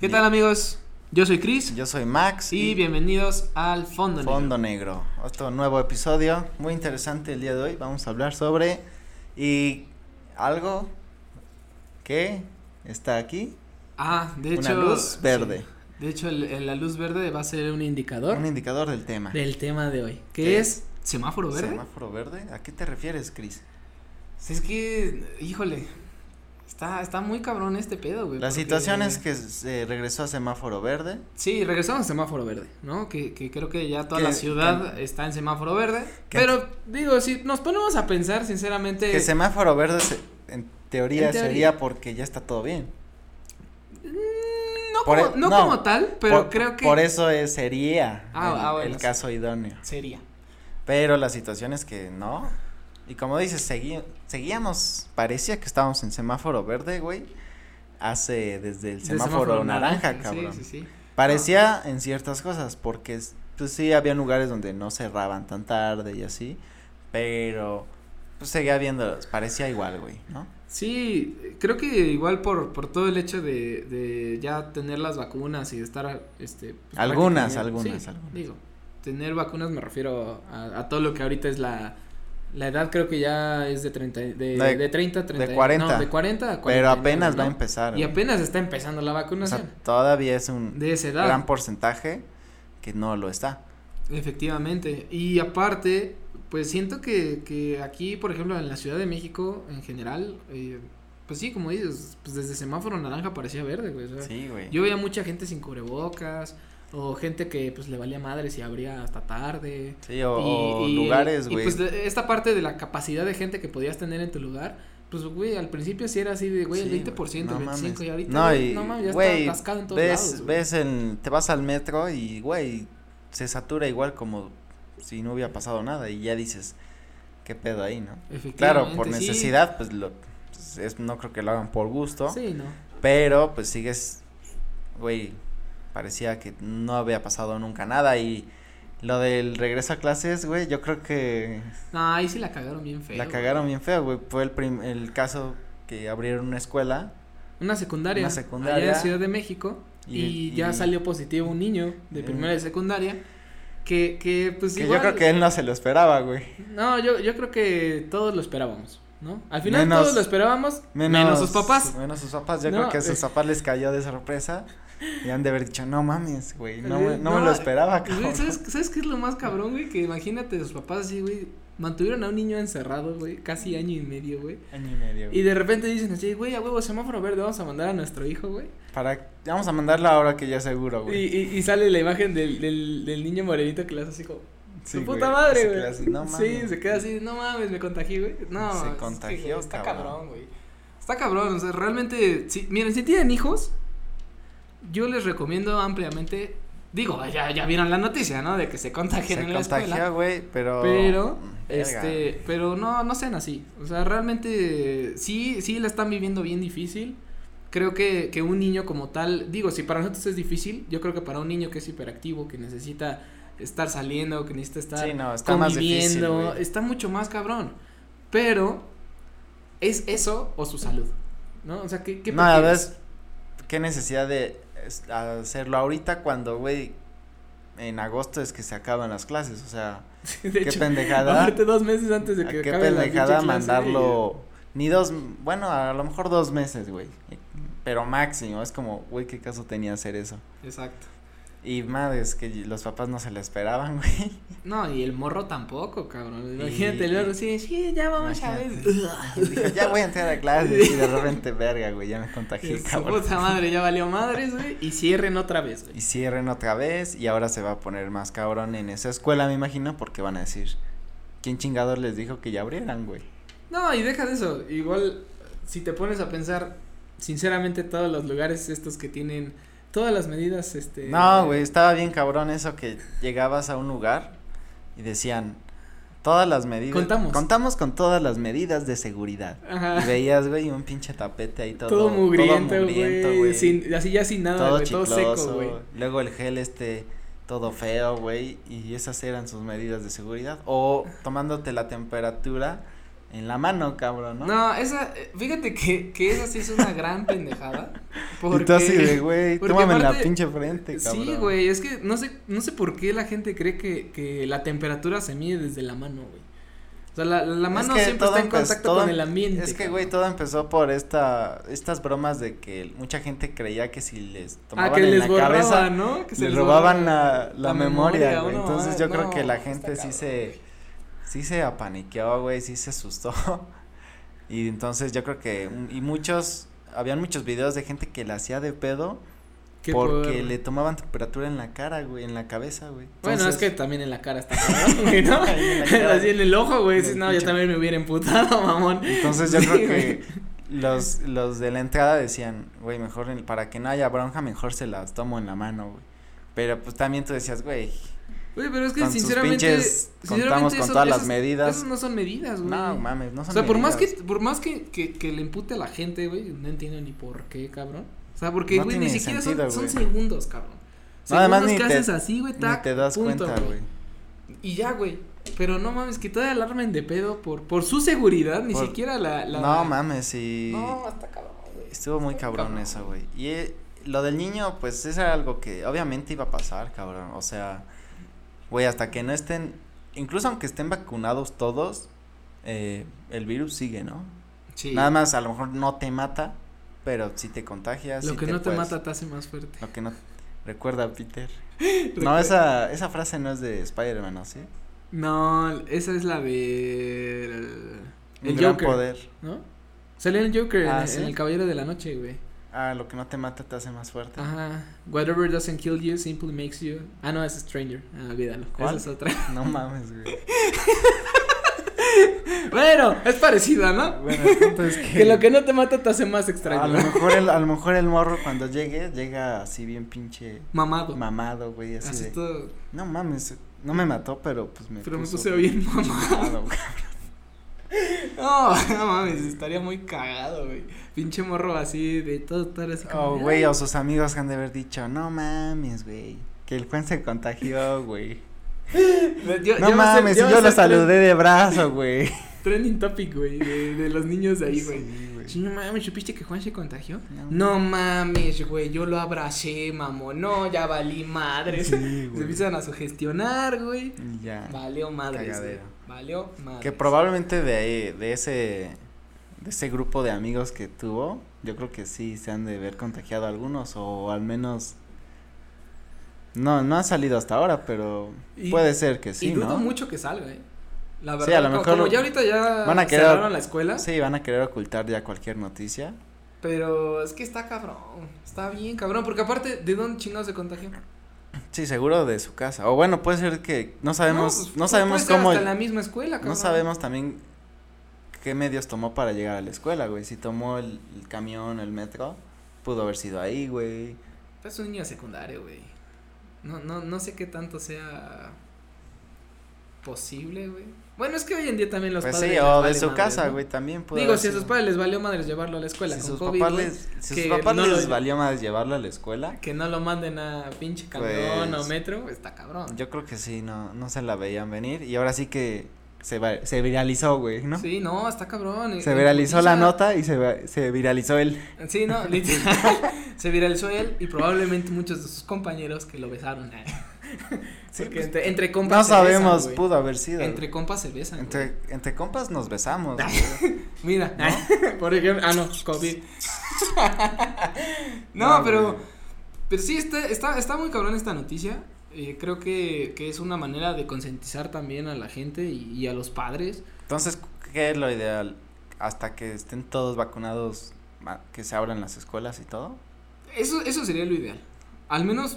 ¿Qué tal amigos? Yo soy Chris Yo soy Max y bienvenidos al Fondo Negro. Fondo Negro. Otro nuevo episodio muy interesante el día de hoy. Vamos a hablar sobre y algo que está aquí, Ah, de una hecho. luz verde, sí. De hecho, el- el- la luz verde va a ser un indicador un indicador del tema. del tema de hoy. ¿Qué ¿Qué es? ¿Semáforo verde? ¿Semáforo verde? ¿A qué te refieres, Chris? Si es que, híjole, está, está muy cabrón este pedo, güey. La porque- situación es que se regresó a semáforo verde. Sí, regresamos a semáforo verde, ¿no? Que, que creo que ya toda Que- la ciudad está en semáforo verde. que- pero, digo, si nos ponemos a pensar, sinceramente. mm, Que semáforo verde se- en teoría En teoría. sería porque ya está todo bien. no, por como, e- no, no, como tal, pero Por- creo que. Por eso es- sería Ah, el, ah, bueno, el sí. caso idóneo. Sería. Pero la situación es que no. Y como dices, segui- seguíamos, parecía que estábamos en semáforo verde, güey. Hace desde el De semáforo, naranja, cabrón. Sí, Ah. sí, sí. Parecía en ciertas cosas, porque es- pues sí, había lugares donde no cerraban tan tarde y así. Pero pues seguía viendo, parecía igual, güey, ¿no? Sí, creo que igual por, por todo el hecho de, de ya tener las vacunas y de estar, este... pues, Algunas, prácticamente- algunas, sí, algunas. digo, tener vacunas me refiero a, a todo lo que ahorita es la... La edad creo que ya es de 30, de, de, De- 30, 30, 40. no, de 40 a 40. Pero apenas va a empezar. Y güey. apenas está empezando la O sea, vacunación todavía es un de esa edad. gran porcentaje que no lo está. Efectivamente. Y aparte, pues siento que, que aquí, por ejemplo, en la Ciudad de México, en general, eh, pues sí, como dices, pues desde semáforo naranja parecía verde, güey. o sea, Sí, güey. Ah. Yo veía mucha gente sin cubrebocas, o gente que pues le valía madre si abría hasta tarde. Sí, o, y- o y- lugares, Y güey. pues de- esta parte de la capacidad de gente que podías tener en tu lugar, pues güey, al principio sí era así de güey, Sí, el 20%, no el 25%, mames. y ahorita no, güey, y, no mames, ya güey, está atascado en todos ves, lados. güey. ves en, te vas al metro y güey, se satura igual como si no hubiera pasado nada y ya dices, qué pedo ahí, ¿no? Claro, por Efectivamente, sí. necesidad, pues lo pues, es, no creo que lo hagan por gusto, Sí, no. pero pues sigues güey, parecía que no había pasado nunca nada y lo del regreso a clases, güey, yo creo que No, ahí sí la cagaron bien feo. la güey. cagaron bien feo, güey, fue el prim- el caso que abrieron una escuela Una secundaria. Una secundaria. Allá en Ciudad de México. Y, Y- ya y- salió positivo un niño de Eh. primera de secundaria. Que, que pues que igual- yo creo que él no se lo esperaba, güey. No, yo, yo creo que todos lo esperábamos, ¿no? Al final Menos- todos lo esperábamos, menos, sus papás. Menos sus papás. Yo No, creo que a eh. sus papás les cayó de sorpresa. Y han de haber dicho, no mames, güey. No, me- Eh, no me lo esperaba, güey, cabrón. ¿sabes, ¿Sabes qué es lo más cabrón, güey? Que imagínate, sus papás así, güey, mantuvieron a un niño encerrado, güey, casi año y medio, güey. Año y medio, Y güey. de repente dicen así, güey, a huevo, semáforo verde, vamos a mandar a nuestro hijo, güey. Para... Vamos a mandarlo ahora que ya Y, seguro, güey. y- y sale la imagen del, del, del niño morenito que le hace así como, Sí, su güey, puta madre, se güey. queda así, "No Sí, mames". se queda así, no mames, me contagié, güey. No, Se es que, güey, contagió, está cabrón. cabrón, güey. Está cabrón, o sea, realmente, si, miren, si tienen hijos, yo les recomiendo ampliamente, digo, ya, ya vieron la noticia, ¿no? De que se contagian en Se la escuela. contagió, güey, pero... Pero, Mm, verga. este, pero no, no sean así. O sea, realmente sí, sí la están viviendo bien difícil. Creo que, que un niño como tal, digo, si para nosotros es difícil, yo creo que para un niño que es hiperactivo, que necesita estar saliendo, que necesita estar Sí, no, está más difícil, conviviendo, güey. está mucho más cabrón. Pero es eso o su salud, ¿no? O sea, ¿qué, qué No, la verdad prefieres? es... Qué necesidad de es- hacerlo ahorita cuando, güey, en agosto es que se acaban las clases. O sea, De qué hecho, pendejada. aparte dos meses antes de ¿A que Ah, qué acabe la pinche pendejada clase mandarlo? Ni dos, bueno, a lo mejor dos meses, güey. Pero máximo, es como, güey, ¿qué caso tenía hacer eso? y- Exacto. Y madres, que los papás no se la esperaban, güey. No, y el morro tampoco, cabrón. Y- Imagínate, el morro sí, sí, ya vamos a Imagínate. ver. Dije, ya voy a entrar a clases y de repente, verga, güey, ya me contagié, Su cabrón. puta madre ya valió madres, güey. Y cierren otra vez, güey. Y cierren otra vez y ahora se va a poner más cabrón en esa escuela, me imagino, porque van a decir, ¿quién chingados les dijo que ya abrieran, güey? No, y deja de eso. Igual, si te pones a pensar, sinceramente, todos los lugares estos que tienen todas las medidas, este. No, güey, estaba bien cabrón eso que llegabas a un lugar y decían todas las medidas. Contamos. Contamos con todas las medidas de seguridad. Ajá. Y veías, güey, un pinche tapete ahí todo. Todo, mugriento, todo mugriento, güey. sin- Así ya sin nada, todo güey. Todo chicloso. seco, güey. Luego el gel este todo feo, güey, y esas eran sus medidas de seguridad o tomándote la temperatura en la mano, cabrón, ¿no? No, esa, eh, fíjate que, que esa sí es una gran pendejada. Y tú así de, güey, tómame en la pinche frente, este cabrón. Sí, güey, es que no sé, no sé por qué la gente cree que, que la temperatura se mide desde la mano, güey. O sea, la, la mano que siempre todo está en empe- contacto todo con em- el ambiente. Es que, cabrón. güey, todo empezó por esta, estas bromas de que mucha gente creía que si les tomaban Ah, que en les la borraba, cabeza, ¿no? Que se le les robaban borraba la, la memoria, güey. una Entonces mamada. yo creo que No, la está gente sí cabrón, se, güey. sí se apaniqueó, güey, sí se asustó. y entonces yo creo que, y muchos, habían muchos videos de gente que la hacía de pedo Qué porque poder, le güey. tomaban temperatura en la cara, güey, en la cabeza, güey. Bueno, es Entonces- que también en la cara está cabrón, güey, ¿no? Ahí en la cara. Así en el ojo, güey. En sí, el no, yo pinche- también me hubiera emputado, mamón. Entonces yo Sí, creo güey. que los, los de la entrada decían, güey, mejor en- para que no haya bronca, mejor se las tomo en la mano, güey. Pero pues también tú decías, güey, Güey, pero es que con sus sinceramente. pinches sinceramente contamos con esos- todas las esos- medidas. Esas no son medidas, güey. no mames, no O son sea, por más que, medidas". por más que, que, que le impute a la gente, güey, no entiendo ni por qué, cabrón. O sea, porque, No güey, ni tiene siquiera sentido, son, güey. son segundos, cabrón. No, además Segundos ni que te- haces así, güey, Ni tac, te das punto, cuenta, güey. Y ya, güey. Pero no mames, que todavía alarmen de pedo por, por su seguridad, ni Por- siquiera la, la- No mames, y No, está cabrón, güey. estuvo muy Está cabrón, cabrón. eso, güey. Y eh, lo del niño, pues es algo que obviamente iba a pasar, cabrón. O sea, güey, hasta que no estén, incluso aunque estén vacunados todos, eh, el virus sigue, ¿no? Sí. Nada más, a lo mejor no te mata, pero si te contagias. Lo sí que no te puedes- mata te hace más fuerte. Lo que no. Recuerda, Peter. no, esa, esa frase no es de Spider-Man, ¿no? ¿Sí? No, esa es la de. El, Un gran Joker. poder. ¿No? Salió el Joker en- Ah, en, ¿sí? El Caballero de la Noche, güey. Ah, lo que no te mata te hace más fuerte. Ajá. Whatever doesn't kill you simply makes you. Ah, no, es Stranger. Ah, olvídalo. ¿Cuál? Esa es otra. No mames, güey. bueno, es parecida, ¿no? Bueno, el punto es que. Ah. Que lo que no te mata te hace más extraño. a, lo mejor el, a lo mejor el morro cuando llegue, llega así bien pinche Mamado. mamado, güey. Así, Así de. todo. No mames, no me mató, pero pues me. Pero me puso puse bien mamado. mamado, güey. No, no mames, estaría muy cagado, güey. Pinche morro así de todo, todo así como, Oh, güey, "Ay". o sus amigos que han de haber dicho, no mames, güey. Que el Juan se contagió, güey. Yo- No yo va a ser- mames, yo y va a yo ser lo tren- saludé de brazo, güey. Trending topic, güey, de, de los niños de ahí, güey. Sí, güey. Sí, No mames, ¿supiste que Juan se contagió? No. No mames, güey, yo lo abracé, mamón. No, ya valí madres. Sí, Se güey. empiezan a sugestionar, güey. Y Ya. Valeo madres, güey. Cagadero. Valeo madres. Que probablemente de ahí, de ese, de ese grupo de amigos que tuvo, yo creo que sí se han de haber contagiado algunos o al menos. No, no ha salido hasta ahora, pero Y- puede ser que sí, y dudo ¿no? mucho que salga, eh. La verdad, Sí, a lo como- mejor como lo- ya ahorita ya van a quedar- cerraron la escuela, Sí, van a querer ocultar ya cualquier noticia. pero es que está cabrón, está bien cabrón, porque aparte, ¿de dónde chingados se contagió? Sí, seguro de su casa. O bueno, puede ser que no sabemos, no, pues, sabemos puede ser cómo. hasta en la misma escuela, No cabrón. sabemos también qué medios tomó para llegar a la escuela, güey. Si tomó el, el camión, el metro, pudo haber sido ahí, güey. Es un niño de secundario, güey. No, no, no sé qué tanto sea posible, güey. Bueno, es que hoy en día también los Pues padres. sí, les o de vale su madres, casa, ¿no? güey, también pudo Digo, haber si a sus sido. padres les valió madres llevarlo a la escuela Si con sus COVID, papás, güey, les, si sus que papás no lo- les valió más llevarlo a la escuela, que no lo manden a pinche camión Pues, o metro, está cabrón. yo creo que sí, no, no se la veían venir. Y ahora sí que se, va- se viralizó, güey, ¿no? Sí, no, está cabrón. eh, Se eh, viralizó o sea, la nota y se, va- se viralizó el... Sí, no, literal. se viralizó él y probablemente muchos de sus compañeros que lo besaron. eh, Sí, porque pues, entre, entre compas no se besan, sabemos, güey. pudo haber sido. güey. Entre compas se besan. güey. Entre, entre compas nos besamos. güey. Mira, por ejemplo, ah, no, COVID. no, No, pero, güey. pero sí, está, está, está muy cabrón esta noticia. Eh, creo que, que es una manera de concientizar también a la gente y, y a los padres. Entonces, ¿qué es lo ideal? Hasta que estén todos vacunados, ma- que se abran las escuelas y todo. Eso, eso sería lo ideal. Al menos eh,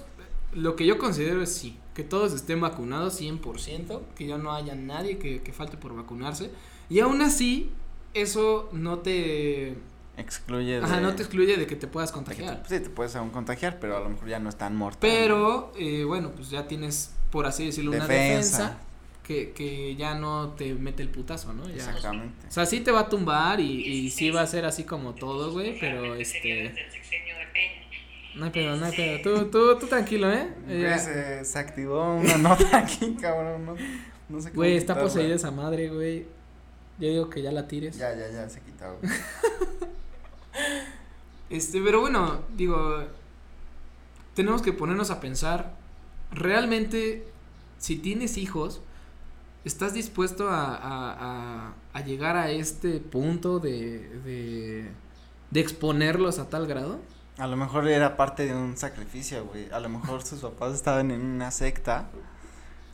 lo que yo considero es sí, que todos estén vacunados 100%, que ya no haya nadie que, que falte por vacunarse. Y aún así, eso no te... Excluye. Ajá, de- no te excluye de que te puedas de que te- contagiar. sí, te puedes aún contagiar, pero a lo mejor ya no es tan mortal. Pero, eh, bueno, pues ya tienes, por así decirlo, una defensa defensa. que, que ya no te mete el putazo, ¿no? Ya. Exactamente. O sea, sí te va a tumbar y, y sí va a ser así como todo, güey, pero este... No hay pedo, no hay pedo. Tú, tú, tú tranquilo, ¿eh? Eh, Güey, se, se activó una nota aquí, cabrón. No, no sé cómo Güey, está quitarla. poseída esa madre, güey. Yo digo que ya la tires. Ya, ya, ya, se quitó. güey. Este, pero bueno, digo, tenemos que ponernos a pensar, realmente, si tienes hijos, ¿estás dispuesto a, a, a, a llegar a este punto de, de, de exponerlos a tal grado? A lo mejor era parte de un sacrificio, güey. A lo mejor sus papás estaban en una secta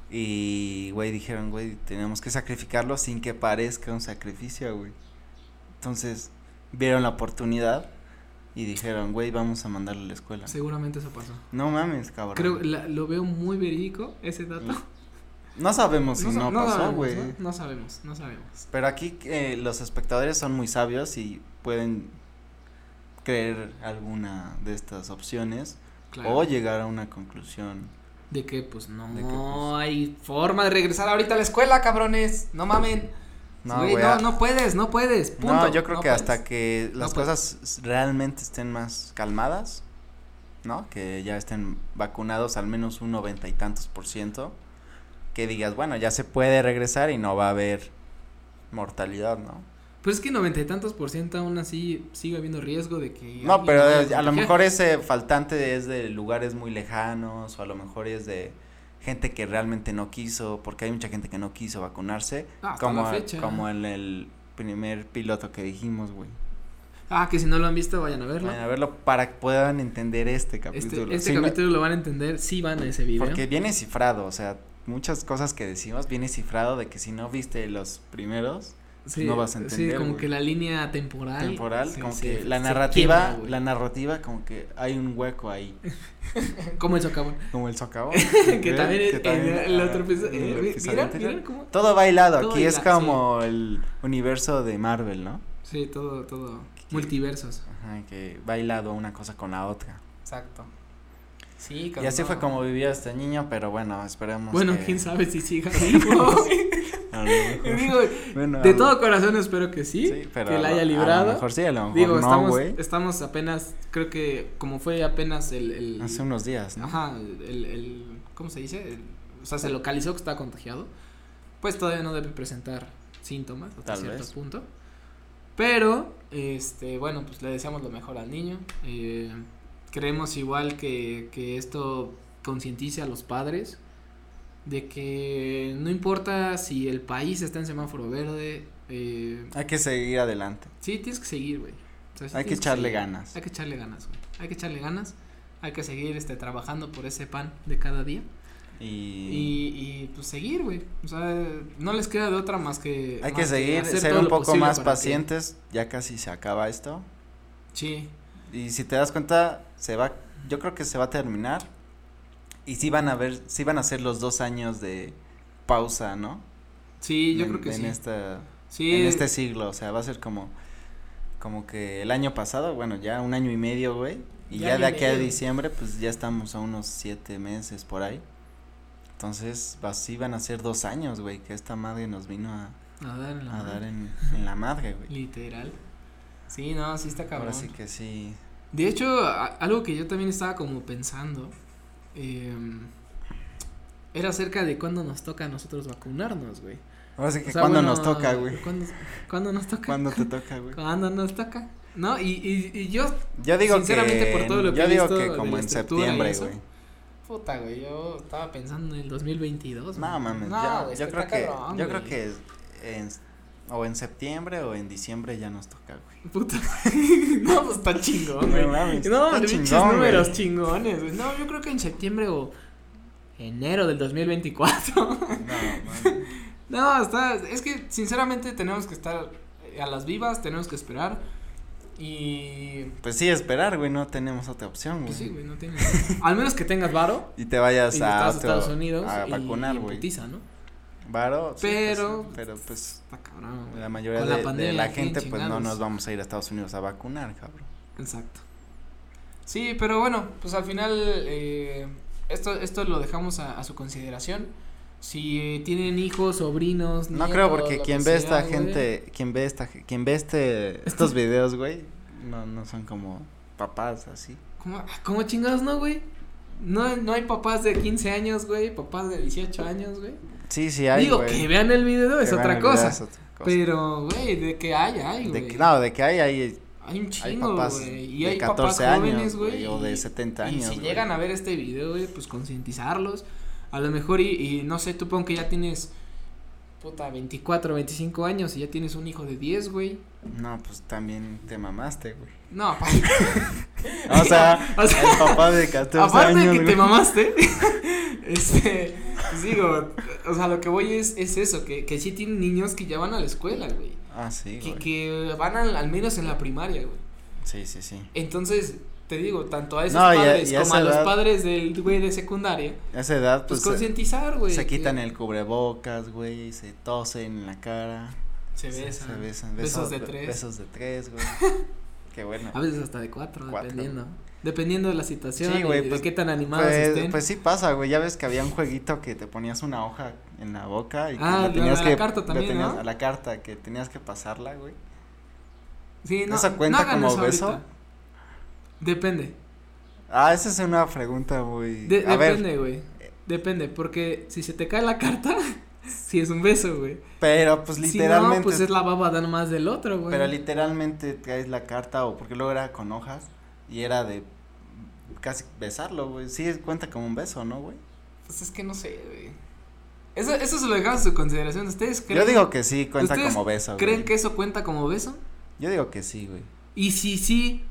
y, güey, dijeron, güey, tenemos que sacrificarlo sin que parezca un sacrificio, güey. Entonces, vieron la oportunidad y dijeron, güey, vamos a mandarle a la escuela. Seguramente eso pasó. No mames, cabrón. Creo, la- lo veo muy verídico ese dato. No sabemos si sa- no, pasó, sabemos, güey. ¿no? No sabemos, no sabemos. Pero aquí eh, los espectadores son muy sabios y pueden creer alguna de estas opciones Claro. o llegar a una conclusión. De que, pues, no De que, pues- hay forma de regresar ahorita a la escuela, cabrones. No mamen. No, Güey, güey, no, a- no puedes, no puedes. Punto. No, yo creo no que hasta puedes. que las puedes. cosas s- realmente estén más calmadas, ¿no? Que ya estén vacunados al menos un noventa y tantos por ciento, que digas, bueno, ya se puede regresar y no va a haber mortalidad, ¿no? Pues es que noventa y tantos por ciento aún así sigue habiendo riesgo de que. No, alguien pero vaya eh, a lo contagiar. mejor ese faltante es de lugares muy lejanos o a lo mejor es de gente que realmente no quiso, porque hay mucha gente que no quiso vacunarse, Ah, hasta como, la fecha. como en el primer piloto que dijimos, güey. Ah, que si no lo han visto, vayan a verlo. Vayan a verlo para que puedan entender este capítulo. este este Si no- capítulo lo van a entender si van a ese video. porque viene cifrado, o sea, muchas cosas que decimos viene cifrado de que si no viste los primeros Sí, no vas a entender, Sí, como güey. que la línea temporal. temporal, se- como se- que la se narrativa, quiebra, güey. la narrativa como que hay un hueco ahí, Como el socavón. como el socavón. que también en- en el otro episodio. en ah, el eh, episodio ¿Miran? anterior. ¿Miran cómo? Todo bailado, Todo aquí es baila- como el universo de Marvel, ¿no? Sí, todo, todo. Multiversos. Ajá, que bailado una cosa con la otra. Exacto. Sí, Y así fue como vivió este niño, pero bueno, esperemos Bueno, que quién sabe si siga vivo. a lo mejor- Digo, bueno, de a lo- todo corazón espero que sí. Sí, pero que la a lo- haya A lo librado. mejor sí, a lo mejor Digo, no, estamos, güey. estamos apenas, creo que como fue apenas el. el- Hace unos días, ¿no? Ajá, el, el- ¿Cómo se dice? El- o sea, se localizó que estaba contagiado. Pues todavía no debe presentar síntomas hasta Tal cierto vez. punto. Pero, este, bueno, pues le deseamos lo mejor al niño. Eh, creemos igual que, que esto concientice a los padres de que no importa si el país está en semáforo verde. Eh, Hay que seguir adelante. sí, tienes que seguir, güey. O sea, sí Hay que tienes echarle seguir. ganas. Hay que echarle ganas, güey. Hay que echarle ganas. Hay que seguir este, trabajando por ese pan de cada día. Y, Y, y, pues seguir, güey. O sea, no les queda de otra más que. hay más que seguir, hacer ser todo un lo poco posible más para que- pacientes. Ya casi se acaba esto. Sí. Y si te das cuenta, se va, yo creo que se va a terminar. Y sí van a ver, sí van a ser los dos años de pausa, ¿no? Sí, yo En- creo que en sí. Esta, sí. En este siglo, o sea, va a ser como, como que el año pasado, bueno, ya un año y medio, güey. Y Ya ya, año de y aquí a medio. diciembre, pues ya estamos a unos siete meses por ahí. Entonces, así van a ser dos años, güey, que esta madre nos vino a, A dar en la a madre. dar en, en la madre, güey. Literal. Sí, no, sí está cabrón. Ahora sí que sí. De hecho, a- algo que yo también estaba como pensando. em, era acerca de cuándo nos toca a nosotros vacunarnos, güey. Ahora sí que O sea, cuando bueno, nos toca, güey. ¿Cuándo, cuándo nos toca? Cuando te toca, güey. Cuando nos toca? ¿No? Y, y, y yo, Yo digo Sinceramente, que. por todo lo que yo he digo visto que de como la en estructura y septiembre, eso. güey. puta, güey, yo estaba pensando en el 2022. No güey. mames, No, ya- güey, yo está creo que, cabrón, yo creo güey. que en- o en septiembre o en diciembre ya nos toca, güey. Puta. no, pues está chingón, güey. No mames, No, está pinches chingón, números güey. chingones, güey. No, yo creo que en septiembre o enero del 2024. No, mames. No, está, es que sinceramente tenemos que estar eh, a las vivas, tenemos que esperar y Pues sí, esperar, güey, no tenemos otra opción, güey. pues sí, güey, no tienes. Al menos que tengas varo Y te vayas y te a vas a otro- Estados Unidos a y- vacunar, y güey. putiza, ¿no? Varo, sí, pues, Pero- sí, pero pues Está cabrón, güey. la mayoría Con de la de la, pandemia aquí en gente pues no chingados. nos vamos a ir a Estados Unidos a vacunar, cabrón. Exacto. Sí, pero bueno, pues al final eh, esto, esto lo dejamos a, a su consideración. Si eh, tienen hijos, sobrinos, No nietos, creo porque lo quien que ve esta sea, güey. gente, quien ve esta, ge- quien ve este, estos videos, güey, no, no son como papás así. ¿Cómo, cómo chingados no, güey? No, no hay papás de 15 años, güey, papás de 18 años, güey. Sí, sí hay, Digo, güey. que vean el video Que es vean otra el video cosa. es otra cosa. Pero, güey, de que hay, hay, De güey. que- no, de que hay, hay Hay un chingo, güey. Y de hay 14 papás años, jóvenes, güey. o de y- 70 Y años. si güey. llegan a ver este video, güey, pues concientizarlos. A lo mejor, y, y no sé, tú pon que ya tienes, puta, 24, 25 años y ya tienes un hijo de 10, güey. No, pues también te mamaste, güey. No, pa- O sea, O sea, el papá de 14 aparte años. de que güey. te mamaste, este, pues digo, o sea, lo que voy es, es eso, que, que sí tienen niños que ya van a la escuela, güey. Ah, sí, Que, güey. que van al, al menos en la primaria, güey. Sí, sí, sí. Entonces, Entonces, te digo, tanto a esos No, y a- padres y a como a esa los edad- padres del güey de secundaria, a esa edad, pues, pues, se, concientizar, güey. se quitan que el cubrebocas, güey, se tosen en la cara. Se se- besan. Se besan. Besos de tres. Besos de tres, güey. Qué bueno. A veces hasta de cuatro, Cuatro. dependiendo. Dependiendo de la situación Sí, güey, y de pues- qué tan animados Pues, estén. pues sí pasa, güey. Ya ves que había un jueguito que te ponías una hoja en la boca y que Ah, la la- tenías la que carta también, tenías- ¿no? a la carta que tenías que pasarla, güey. sí, no, ¿eso no cuenta hagan como eso beso? ahorita. Depende. Ah, esa es una pregunta muy De- A ver, depende, güey. Depende, porque si se te cae la carta, si es un beso, güey. pero pues literalmente Si no, pues es la baba más del otro, güey. pero literalmente traes la carta o porque luego era con hojas y era de casi besarlo, güey. Sí cuenta como un beso, ¿no, güey? Pues es que no sé, güey. Eso, eso se lo dejamos a su consideración. ¿Ustedes creen, Yo digo que sí cuenta ¿Ustedes como beso, Ah, güey. creen que eso cuenta como beso? Yo digo que sí, güey. Y si sí,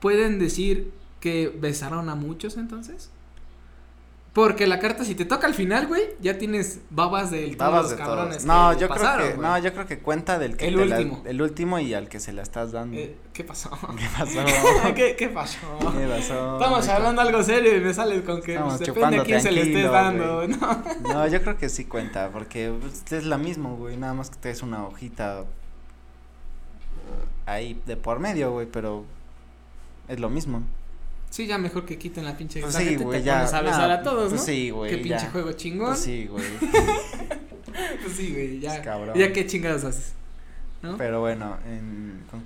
¿pueden decir que besaron a muchos entonces? Porque la carta, si te toca al final, güey, ya tienes babas del Babas de todos. No, yo creo que güey. no, yo creo que cuenta del que El te la- último. el último y al que se la estás dando. Eh, ¿Qué pasó? ¿Qué pasó? ¿Qué, qué pasó? ¿Qué pasó? Estamos Rico? hablando algo serio y me sales con que Estamos pues, depende a quién se le estés chupando dando, tranquilo, ¿no? No, yo creo que sí cuenta, porque pues, es la misma, güey, nada más que traes una hojita ahí de por medio, güey, pero es lo mismo. Sí, ya mejor que quiten la pinche Pues la sí, gente güey, te ya. pones a besar nah, a todos, pues ¿no? sí, güey, qué pinche ya. juego chingón. Pues sí, güey. Pues sí, güey, ya. Pues, cabrón. Ya qué chingados haces. ¿No? Pero bueno, en- con-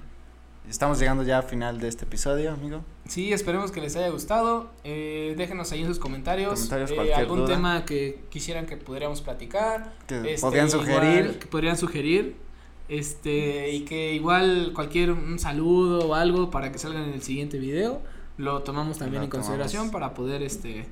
estamos llegando ya al final de este episodio, amigo. Sí, esperemos que les haya gustado. Eh, déjenos ahí en sus comentarios. Comentarios, eh, cualquier algún duda. tema que quisieran que pudiéramos platicar. Que Este, podrían igual, pues, sugerir. que podrían sugerir. Este, y que igual cualquier un saludo o algo para que salgan en el siguiente video. Lo tomamos también Lo en consideración tomamos. para poder, este,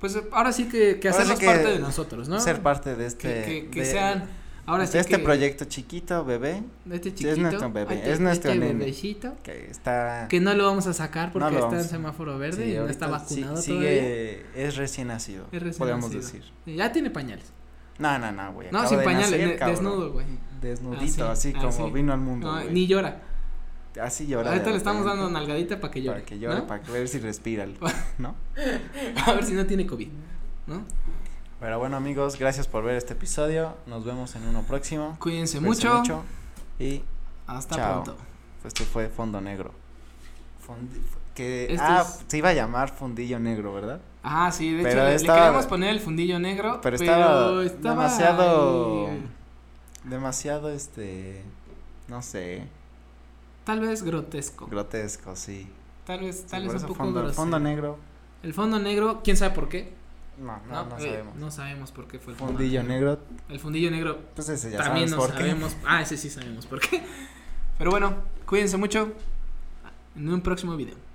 pues ahora sí que, que Ahora sí hacernos que parte de nosotros, ¿no? Ser parte de este. que, que- que de- sean, ahora de sí este que- proyecto chiquito, bebé, de este Sí, es chiquito. nuestro bebé, este- es nuestro este nene. bebecito, que está. Que no lo vamos a sacar porque lo está vamos en a- semáforo verde sí, y no ahorita está sí- vacunado todavía. sigue, es recién nacido, Es recién podríamos nacido. decir. Ya tiene pañales. No, no, no, güey. No, acaba sin de pañales, nacer, de- cabrón. desnudo, Ah, güey. Desnudito, así, Así, como así. vino al mundo. No, güey. ni llora. Así llora. Ahorita de le estamos repente, dando una nalgadita para que llore. Para que llore, ¿no? para que ver si respira, el- ¿no? A ver si no tiene COVID. ¿no? Pero bueno, amigos, gracias por ver este episodio. Nos vemos en uno próximo. Cuídense, Cuídense mucho. Y Hasta Chao. pronto. pues, esto fue Fondo Negro. Fondi- que, Esto ah, es- se iba a llamar Fundillo Negro, ¿verdad? Ah, sí, de Pero hecho le- estaba- le queríamos poner el fundillo negro. Pero estaba estaba demasiado- ahí, Demasiado, este, no sé, tal vez grotesco. grotesco, sí. tal vez, Sí, tal por vez eso un poco fondo, grosero. fondo Negro, El fondo negro, quién sabe por qué. no, no, no, Eh, sabemos. No sabemos por qué fue el fondo Fundillo Negro, El fundillo negro pues ese ya también sabes no por qué. sabemos. Ah, ese sí sabemos por qué. Pero bueno, cuídense mucho. En un próximo video.